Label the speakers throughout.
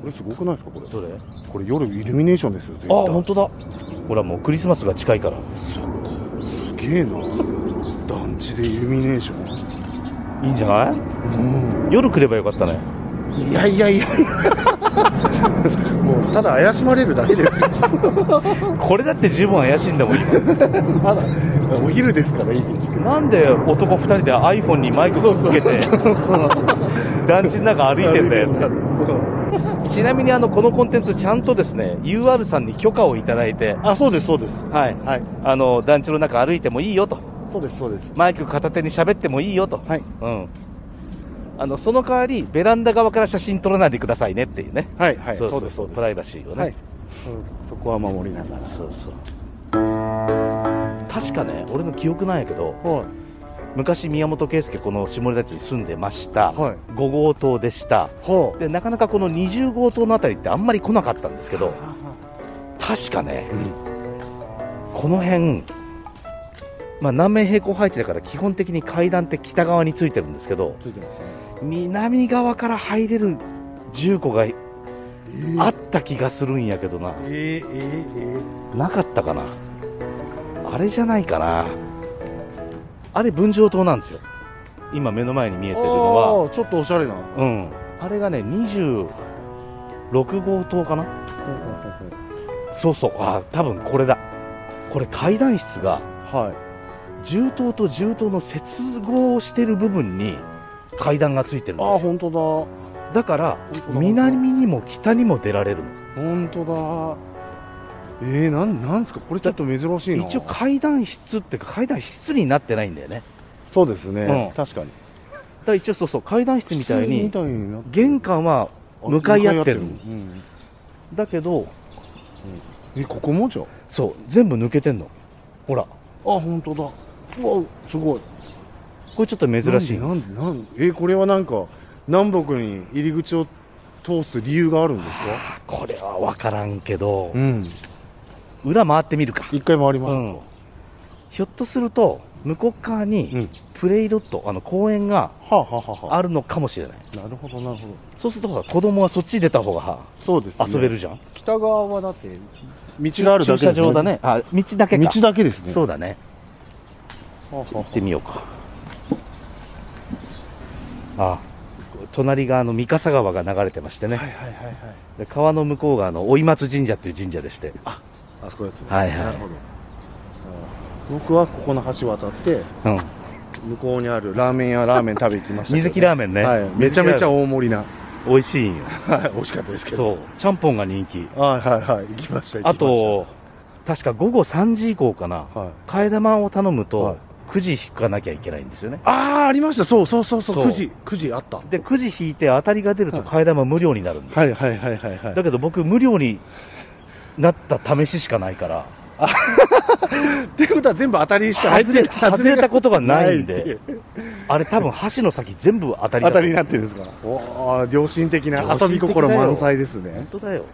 Speaker 1: これすごくないですかこれ
Speaker 2: どれ
Speaker 1: これ夜イルミネーションですよ絶
Speaker 2: あ
Speaker 1: 対
Speaker 2: 本当だほらもうクリスマスが近いから
Speaker 1: そっかすげえな団地でイルミネーショ
Speaker 2: いいんじゃない
Speaker 1: ン
Speaker 2: 夜来ればよかったね
Speaker 1: うんいやいやいや もうただ怪しまれるだけですよ
Speaker 2: これだって十分怪しいんだもん今
Speaker 1: まだお昼ですからいいですけど
Speaker 2: なんで男2人で iPhone にマイク
Speaker 1: そう
Speaker 2: くっ
Speaker 1: そ
Speaker 2: つ
Speaker 1: う
Speaker 2: けて
Speaker 1: そうそう
Speaker 2: 団地の中歩いてんだよって
Speaker 1: そう
Speaker 2: ちなみにあのこのコンテンツちゃんとですね UR さんに許可をいただいて
Speaker 1: あそうですそうです
Speaker 2: はい
Speaker 1: はい
Speaker 2: あの団地の中歩いてもいいよと
Speaker 1: そうですそうです
Speaker 2: マイク片手に喋ってもいいよと、
Speaker 1: はい
Speaker 2: うんあのその代わりベランダ側から写真撮らないでくださいねっていうね
Speaker 1: はいはいそうですそうです
Speaker 2: プライバシーをね、
Speaker 1: はい、うんそこは守りながら
Speaker 2: そうそう確かね俺の記憶なんやけど
Speaker 1: は
Speaker 2: 昔宮本圭介この下田地に住んでました、
Speaker 1: はい
Speaker 2: 5号棟でした
Speaker 1: いほ
Speaker 2: でなかなかこの20号棟のあたりってあんまり来なかったんですけど確かね
Speaker 1: う、うん、
Speaker 2: この辺、まあ、南面平行配置だから基本的に階段って北側についてるんですけど
Speaker 1: ついてますね
Speaker 2: 南側から入れる住戸があった気がするんやけどな
Speaker 1: えー、えー、え
Speaker 2: なかったかなあれじゃないかなあれ分譲棟なんですよ今目の前に見え
Speaker 1: え
Speaker 2: てるのは
Speaker 1: あーちょっとおしゃれな
Speaker 2: うん、あれがね26号棟かなそうそうあ多分これだこれ階段室が
Speaker 1: は
Speaker 2: 銃塔と銃塔の接合してる部分に階段がついてるん
Speaker 1: いああ
Speaker 2: ですよ
Speaker 1: 本当だ
Speaker 2: だから
Speaker 1: 本当だ
Speaker 2: 南にも北にも出られる
Speaker 1: 本当だえー、なんなんすかこれちょっと珍しいな
Speaker 2: 一応階段室っていうか階段室になってないんだよね
Speaker 1: そうですね、
Speaker 2: うん
Speaker 1: 確かに
Speaker 2: だから一応そうそう階段室みたい
Speaker 1: 普通み
Speaker 2: に
Speaker 1: たいになって
Speaker 2: 玄関は
Speaker 1: あ
Speaker 2: 向かい合ってる
Speaker 1: 向かい合ってる
Speaker 2: だけど
Speaker 1: うんえここもじゃあ
Speaker 2: そう全部抜けてんのほら
Speaker 1: あ本当だうわすごい
Speaker 2: これちょっと珍しい
Speaker 1: なんでなんなんえこれはなんか南北に入り口を通す理由があるんですか
Speaker 2: これは分からんけど、
Speaker 1: うん
Speaker 2: 裏回ってみるか、
Speaker 1: 一回回りまし
Speaker 2: う
Speaker 1: ょ
Speaker 2: んひょっとすると向こう側
Speaker 1: う、うん
Speaker 2: に
Speaker 1: は
Speaker 2: プレイロット、あの公園が
Speaker 1: あ、はあはあはあ
Speaker 2: あるのかもしれない
Speaker 1: なるほどなるほど
Speaker 2: そうするとほら子供はそっちに出た方が
Speaker 1: そうです、ね、
Speaker 2: 遊べるじゃん、
Speaker 1: 北側はだって道があるだけ
Speaker 2: 駐車場だねあ道だけか
Speaker 1: 道だけですね
Speaker 2: そうだね
Speaker 1: はあは
Speaker 2: 行ってみようかあ隣側の三笠川が流れてましてね、
Speaker 1: あはいはいはいはい
Speaker 2: で川の向こう側の追松神社っていう神社でして
Speaker 1: あそこですね
Speaker 2: はいはい
Speaker 1: なるほどあ僕はここの橋渡って
Speaker 2: うん
Speaker 1: 向こうにあるラーメン屋ラーメン食べ行きましたけど、
Speaker 2: 水木ラーメンね
Speaker 1: はい、め
Speaker 2: 水
Speaker 1: ち
Speaker 2: 木
Speaker 1: ゃ
Speaker 2: ラーメン
Speaker 1: めちゃ大盛りな
Speaker 2: 美味し いんよ
Speaker 1: はい美味しかったですけど
Speaker 2: そうちゃんぽんが人気
Speaker 1: うはいはいはい行きました行きました
Speaker 2: あと、確か午後3時以降かな、
Speaker 1: はい
Speaker 2: 替え玉を頼む
Speaker 1: はい
Speaker 2: と、くじ引かなきゃいけないんですよね。
Speaker 1: ああありましたそうそうそうそう
Speaker 2: そう
Speaker 1: 9時9時あった
Speaker 2: で、くじ引いて当たりが出ると
Speaker 1: はい
Speaker 2: 替え玉無料になるんです。
Speaker 1: はいはいはいはいは
Speaker 2: だけど僕、無料になった試ししかないから、
Speaker 1: っていうことは全部当たりしか
Speaker 2: 外れ外れたことがないんで
Speaker 1: ないっていう
Speaker 2: あれ多分箸の先全部当たりだ
Speaker 1: 当
Speaker 2: と
Speaker 1: た
Speaker 2: 思
Speaker 1: り
Speaker 2: う
Speaker 1: になってるんですかおお良心的な
Speaker 2: 良
Speaker 1: 遊
Speaker 2: 心
Speaker 1: び
Speaker 2: 的だよ
Speaker 1: 心満載ですね
Speaker 2: 本当だよ。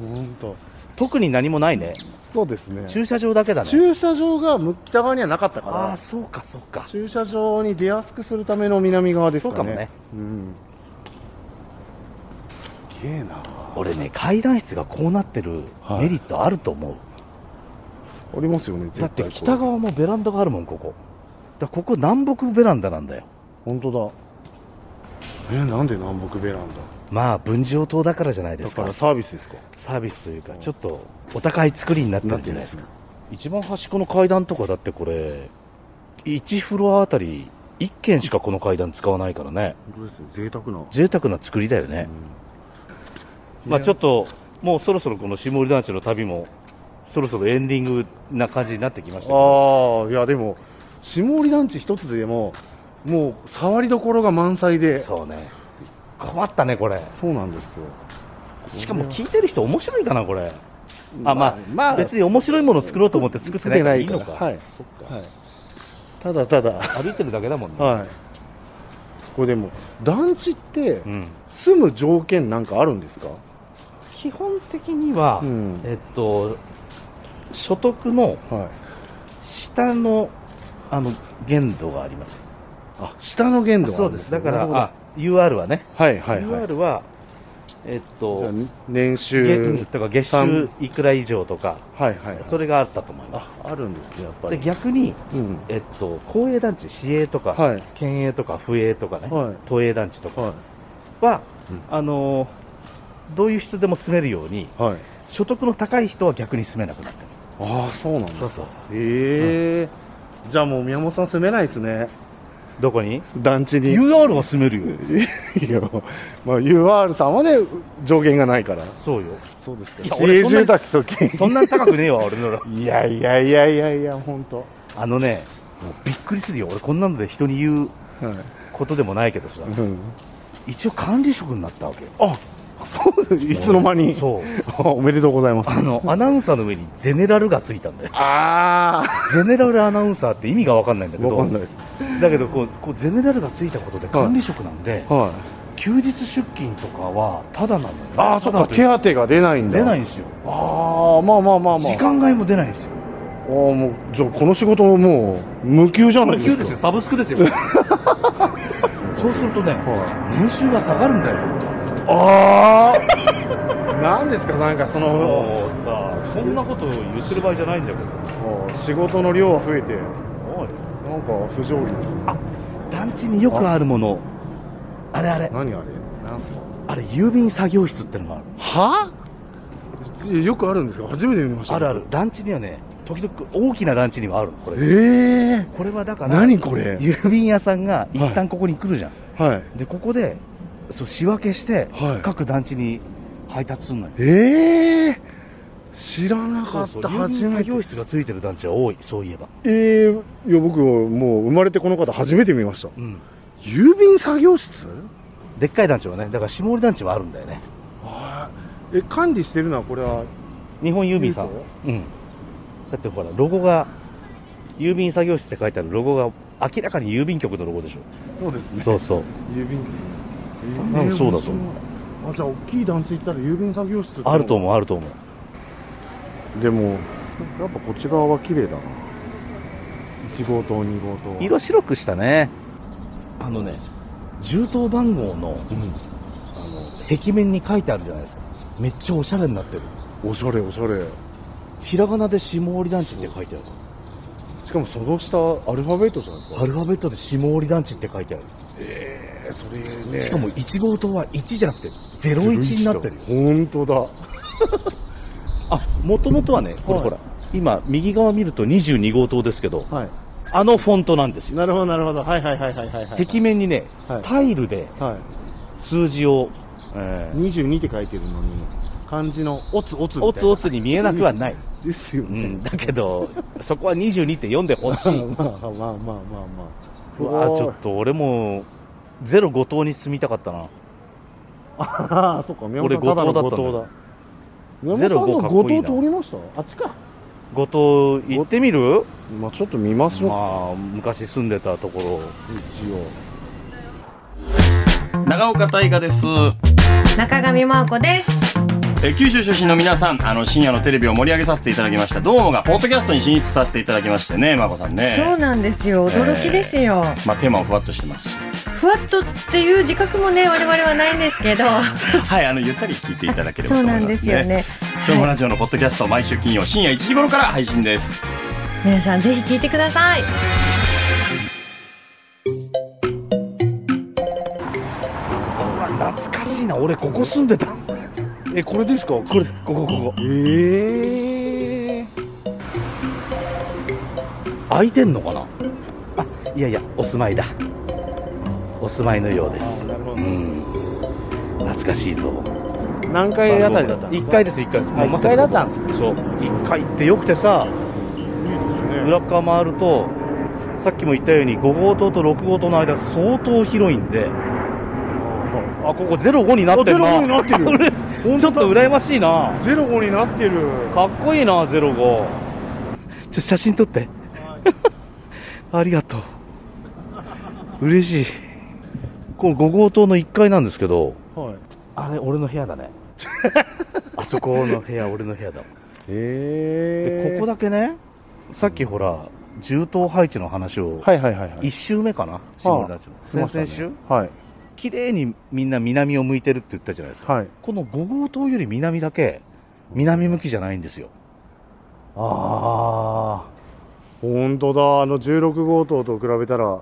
Speaker 1: 本当
Speaker 2: 特に何もないね。
Speaker 1: そうですね
Speaker 2: 駐車場だけだね。
Speaker 1: 駐車場が向北側にはなかったか
Speaker 2: ああ、
Speaker 1: ら
Speaker 2: そうかそうか。
Speaker 1: 駐車場に出やすくするための南側ですかね
Speaker 2: そうかもね
Speaker 1: うんすげえな
Speaker 2: 俺ね、階段室がこうなってる
Speaker 1: はい
Speaker 2: メリットあると思う。
Speaker 1: ありますよね絶対
Speaker 2: だって
Speaker 1: これ
Speaker 2: 北側もベランダがあるもん、ここ。だからここ南北ベランダなんだよ。
Speaker 1: 本当だえーなんで南北ベランダ
Speaker 2: まあ分譲棟だからじゃないで
Speaker 1: だ
Speaker 2: す
Speaker 1: か
Speaker 2: から
Speaker 1: サービスですか
Speaker 2: サービスというかちょっとお高い作りになってるんじゃないですか一番端っこの階段とかだってこれ1フロアあたり1軒しかこの階段使わないからね
Speaker 1: 本当ですね贅沢な
Speaker 2: 贅沢な作りだよね、まあちょっともうそろそろこの下り団地の旅もそろそろエンディングな感じになってきましたけど
Speaker 1: ああいやでも下り団地一つでももう触りどころが満載で
Speaker 2: そうね困ったねこれ
Speaker 1: そうなんですよ
Speaker 2: しかも聞いてる人面白いかなこれ
Speaker 1: ま
Speaker 2: あ
Speaker 1: あ
Speaker 2: まあ、
Speaker 1: まあ
Speaker 2: 別に面白いものを作ろうと思って作ってないからいいのか
Speaker 1: はい、はい、ただただ
Speaker 2: 歩いてるだけだもんね、
Speaker 1: はいこれでも団地って
Speaker 2: うん
Speaker 1: 住む条件なんかあるんですか
Speaker 2: 基本的には、
Speaker 1: うん
Speaker 2: えっと、所得の
Speaker 1: はい
Speaker 2: 下のあの限度があります
Speaker 1: あ下の限度
Speaker 2: そうですだから
Speaker 1: あ
Speaker 2: あ UR はね、
Speaker 1: はいはいはい
Speaker 2: UR はえっ
Speaker 1: じゃあ
Speaker 2: と、
Speaker 1: 年
Speaker 2: 月
Speaker 1: 収
Speaker 2: とか月収
Speaker 1: 三
Speaker 2: いくら以上とか、
Speaker 1: はいはい、はい、
Speaker 2: それがあったと思います。
Speaker 1: ああるんですねやっぱ
Speaker 2: で
Speaker 1: り
Speaker 2: 逆に、
Speaker 1: うん
Speaker 2: えっと、公営団地、市営とか、
Speaker 1: はい
Speaker 2: 県営とか、府営とかね、
Speaker 1: はい
Speaker 2: 都営団地とか
Speaker 1: は
Speaker 2: は、
Speaker 1: うん
Speaker 2: あのーどういう人でも住めるように、
Speaker 1: いはい
Speaker 2: 所得の高い人は逆に住めなくなってます。
Speaker 1: ああそうなんだ
Speaker 2: そう。
Speaker 1: ええじゃあもう宮本さん住めないですね
Speaker 2: どこに
Speaker 1: 団地に
Speaker 2: ?UR は住めるよ。
Speaker 1: いや、まあ、UR さんはね上限がないから
Speaker 2: そうよ。
Speaker 1: そうですか
Speaker 2: いや
Speaker 1: 市
Speaker 2: 俺
Speaker 1: 営
Speaker 2: そんな
Speaker 1: 住宅と県
Speaker 2: そんなに高くねえわ、俺のら。
Speaker 1: いやいやいやいやいや本当
Speaker 2: あのね、もうびっくりするよ。俺こんなので人に言う
Speaker 1: は
Speaker 2: ことでもないけどさ、
Speaker 1: い、うん、
Speaker 2: 一応管理職になったわけよ。
Speaker 1: あそういつの間に
Speaker 2: そう。
Speaker 1: あおめでとうございます
Speaker 2: あの、アナウンサーの上にゼネラルがついたん だよ。
Speaker 1: ああ
Speaker 2: ゼネラルアナウンサーって意味がわかんないんだけ
Speaker 1: 分
Speaker 2: ど
Speaker 1: かん、ないです
Speaker 2: だけどこう、こうゼネラルがついたことで管理職なんで、
Speaker 1: はい
Speaker 2: 休日出勤とかはただなのよね。
Speaker 1: ああそった
Speaker 2: だ
Speaker 1: か
Speaker 2: と
Speaker 1: 手
Speaker 2: いう
Speaker 1: 当てが出ないんだ
Speaker 2: 出ないんですよ。
Speaker 1: ああまあまあまあまあ
Speaker 2: 時間外も出ないんですよ。
Speaker 1: ああもうじゃあこの仕事もう無給じゃないですか
Speaker 2: サブスク ですよ。そうするとね、
Speaker 1: は
Speaker 2: 年収が下がるんだよ。
Speaker 1: い、ああなんですかなんかその
Speaker 2: もうさ、こんなこと言ってる場合じゃないんだけど。
Speaker 1: もう仕事の量が増えてなん
Speaker 2: おい
Speaker 1: か不条理ですね
Speaker 2: あ団地によくあるもの。あれあれ、
Speaker 1: 何あれなんすか
Speaker 2: あれ郵便作業室ってのがある。
Speaker 1: はえよくあるんですか初めて見ました
Speaker 2: あるある。団地にはね、時々大きな団地にはあるのこれ。
Speaker 1: ええ
Speaker 2: これはだから、
Speaker 1: 何これ
Speaker 2: 郵便屋さんが一旦ここに来るじゃん。
Speaker 1: はい
Speaker 2: で、ここで、そう仕分けして、
Speaker 1: はい
Speaker 2: 各団地に配達するのよ。
Speaker 1: ええ知らなかった初
Speaker 2: 郵便
Speaker 1: め
Speaker 2: 作
Speaker 1: て
Speaker 2: 業室がついてる団地は多い、そういえば。
Speaker 1: ええいや僕もう生まれてこの方初めて見ました
Speaker 2: うん。
Speaker 1: 郵便作業室
Speaker 2: でっかい団地はね、だから下り団地はあるんだよね。
Speaker 1: はいえ管理してるのはこれは
Speaker 2: 日本郵便さん
Speaker 1: 郵便。
Speaker 2: うん。だってほら、ロゴが、郵便作業室って書いてあるロゴが、明らかに郵便局のロゴでしょ。
Speaker 1: そうですね
Speaker 2: そうそう。
Speaker 1: 郵便
Speaker 2: 多分そうだと思う
Speaker 1: うあじゃあ大きい団地行ったら郵便作業室って
Speaker 2: あると思う、あると思う。
Speaker 1: うでもやっぱこっち側は綺麗だな1号棟2号棟
Speaker 2: 色白くしたね。あのね、銃刀番号の、
Speaker 1: う
Speaker 2: あの、壁面に書いてあるじゃないですか。めっちゃおしゃれになってる。
Speaker 1: んおしゃれおしゃれ
Speaker 2: ひらがなで下り団地って書いてある。
Speaker 1: しかもその下アルファベットじゃないですか
Speaker 2: アルファベットで下り団地って書いてある。
Speaker 1: えー、それね
Speaker 2: しかも1号棟は1じゃなくて01になってるよ。
Speaker 1: 本当だ
Speaker 2: あ、もともとはね、これ
Speaker 1: はい
Speaker 2: ほら、今、右側見ると22号棟ですけど、
Speaker 1: はい
Speaker 2: あのフォントなんですよ。
Speaker 1: なるほどなるほどはいはいはいはいはいはい
Speaker 2: 壁面にね、
Speaker 1: はい
Speaker 2: タイルで
Speaker 1: はい
Speaker 2: 数字を、えー
Speaker 1: 22って書いてるのに漢字の「おつおつ」みたいな
Speaker 2: おつおつに見えなくはない。
Speaker 1: ですよ
Speaker 2: う
Speaker 1: ね、
Speaker 2: ん、だけど、そこは22って読んでほしい。
Speaker 1: まあまあまあまあまあ
Speaker 2: うわちょっと俺も、ゼロ五島に住みたかったな。
Speaker 1: ああそっか宮本さん
Speaker 2: 俺
Speaker 1: ただの
Speaker 2: 後
Speaker 1: 後
Speaker 2: 藤だったん
Speaker 1: 藤
Speaker 2: だ
Speaker 1: だ宮
Speaker 2: ゼ
Speaker 1: 本さんの
Speaker 2: ロ五かっこいい
Speaker 1: 後
Speaker 2: な
Speaker 1: 藤通りましたあっちか
Speaker 2: 五島行ってみる
Speaker 1: まあちょっと見ましょう、
Speaker 2: まあ、昔住んでたとこ
Speaker 1: 一応
Speaker 3: 長岡大河です
Speaker 4: 中上真央子です
Speaker 3: えー九州出身の皆さんあの深夜のテレビを盛り上げさせていただきましたどうもがポッドキャストに進出させていただきましてねまこさん
Speaker 4: そう
Speaker 3: ね
Speaker 4: なんですよ驚きですよ、
Speaker 3: まあテーマもふわっとしてますし
Speaker 4: ふわっとっていう自覚もね我々はないんですけど
Speaker 3: はいあのゆったり聞いていただければ
Speaker 4: そ
Speaker 3: と
Speaker 4: う
Speaker 3: 思い
Speaker 4: な
Speaker 3: ます
Speaker 4: んですよね
Speaker 3: 今日も
Speaker 4: は
Speaker 3: ラジオのポッドキャスト毎週金曜深夜1時頃から配信です
Speaker 4: い、皆さんぜひ聞いてください
Speaker 2: ろ。うわ懐かしいな、俺ここ住んでた。
Speaker 1: えこれですか
Speaker 2: これ、ここ、ここ。
Speaker 1: ええ
Speaker 2: 空いてんのかなあいやいやお住まいだお住まいのようです
Speaker 1: なるほど
Speaker 2: うん懐かしいぞ
Speaker 1: 何回あたりだったんです
Speaker 2: 1
Speaker 1: か
Speaker 2: 階です1階です
Speaker 1: あ
Speaker 2: まさに
Speaker 1: 一階だったんですね
Speaker 2: そう1階ってよくてさ裏っ側回るとさっきも言ったように5号棟と6号棟の間相当広いんであここ05になってるな
Speaker 1: あ05になってる
Speaker 2: 俺ちょっと
Speaker 1: 裏
Speaker 2: 羨ましいな
Speaker 1: ゼロ五になってる
Speaker 2: かっこいいな05ちょっと写真撮ってありがとう。嬉しい。この5号棟の1階なんですけど、
Speaker 1: はい
Speaker 2: あれ、俺の部屋だ ね。あそこの部屋、俺の部屋だ。
Speaker 1: え
Speaker 2: で
Speaker 1: え
Speaker 2: ここだけね、さっきほら、重棟配置の話を、
Speaker 1: はいはいはいは
Speaker 2: 1
Speaker 1: い
Speaker 2: 週目かな、下村たちの。先々週、
Speaker 1: はい
Speaker 2: 綺麗にみんな南を向いてるって言ったじゃないですか、
Speaker 1: はい
Speaker 2: この5号棟より南だけ南向きじゃないんですよあ
Speaker 1: 本当だあの16号棟と比べたら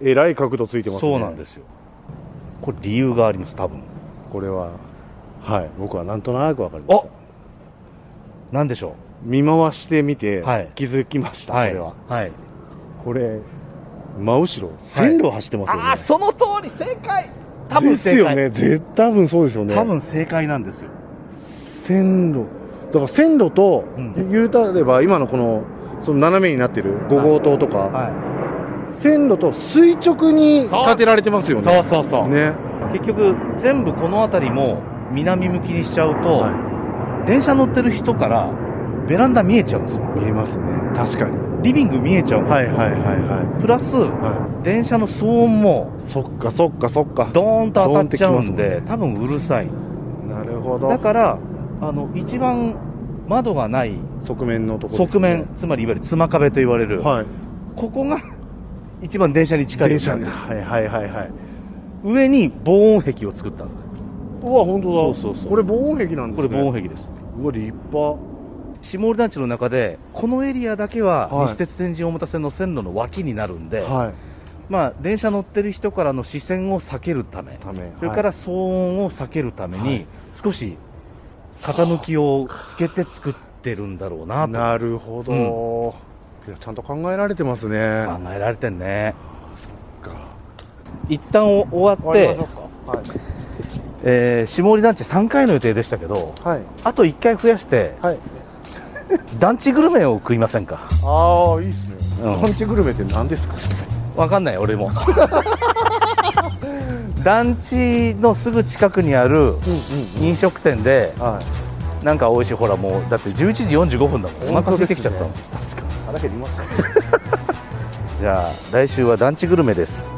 Speaker 1: えらい角度ついて
Speaker 2: あ、
Speaker 1: ますね
Speaker 2: そうなんですよこれ理由があります多分
Speaker 1: これははい僕はなんとなくわかりました
Speaker 2: おなんでしょ
Speaker 1: 見回してみて
Speaker 2: はい
Speaker 1: 気づきまし
Speaker 2: う
Speaker 1: た、これは
Speaker 2: はい、
Speaker 1: これ真後ろ線路走ってますよね、
Speaker 2: ああその通り正解多分
Speaker 1: です
Speaker 2: 正
Speaker 1: よ
Speaker 2: 解、
Speaker 1: ね絶多分そうですよね
Speaker 2: 多分正解なんですよ
Speaker 1: 線路だから線路と、
Speaker 2: うん
Speaker 1: 言うたれば今のこのその斜めになってる5号棟とか、
Speaker 2: は
Speaker 1: 線路と垂直に建てられてます
Speaker 2: い、
Speaker 1: よね
Speaker 2: そうそうそう、
Speaker 1: ね、
Speaker 2: 結局全部この辺りも南向きにしちゃうと、
Speaker 1: は
Speaker 2: 電車乗ってる人からベランダ見えちゃうんですよ
Speaker 1: い、見えますね確かに
Speaker 2: リビング見えちゃう、
Speaker 1: はいはいはいは
Speaker 2: プラス
Speaker 1: い、は
Speaker 2: 電車の騒音も
Speaker 1: い、そっかそっかそっか
Speaker 2: ドーンと当たっちゃ
Speaker 1: ド
Speaker 2: うん
Speaker 1: ーンってき
Speaker 2: で
Speaker 1: ま
Speaker 2: 多分うるさい
Speaker 1: なるほど
Speaker 2: だからあの一番窓がない
Speaker 1: 側面のところです
Speaker 2: 側
Speaker 1: ね、
Speaker 2: 面、つまりいわゆる妻壁と言われる、
Speaker 1: はい
Speaker 2: ここが一番電車に近い
Speaker 1: 電車にはいはいはいはい
Speaker 2: 上に防音壁を作ったんです
Speaker 1: うわ本当だ
Speaker 2: そうそうそう
Speaker 1: これ防音壁なんで
Speaker 2: こ
Speaker 1: す
Speaker 2: れ
Speaker 1: ね
Speaker 2: 防音壁です
Speaker 1: うわ立派
Speaker 2: 下織団地の中でこのエリアだけは
Speaker 1: はい
Speaker 2: 西鉄天神表線の線路の脇になるんで、
Speaker 1: はい
Speaker 2: まあ、電車乗ってる人からの視線を避けるため
Speaker 1: ため
Speaker 2: それから
Speaker 1: はい
Speaker 2: 騒音を避けるために、
Speaker 1: はい
Speaker 2: 少し傾きをつけて作ってるんだろうなと
Speaker 1: なるほど、いやちゃんと考えられてますね
Speaker 2: 考えられてんね
Speaker 1: か
Speaker 2: 一旦お終わって、
Speaker 1: はい
Speaker 2: えー下織団地3回の予定でしたけど
Speaker 1: はい
Speaker 2: あと1回増やして
Speaker 1: はい
Speaker 2: 団地グルメを食いませんか
Speaker 1: ああいいっすね
Speaker 2: うん
Speaker 1: パンチグルメって何ですか
Speaker 2: わかんない俺も団地のすぐ近くにある
Speaker 1: うんうん
Speaker 2: 飲食店で
Speaker 1: はい
Speaker 2: なんか美味しいほらもうだって11時45分だもんお腹空いてきちゃったもん、
Speaker 1: 確かに腹減りました
Speaker 2: じゃあ来週は団地グルメです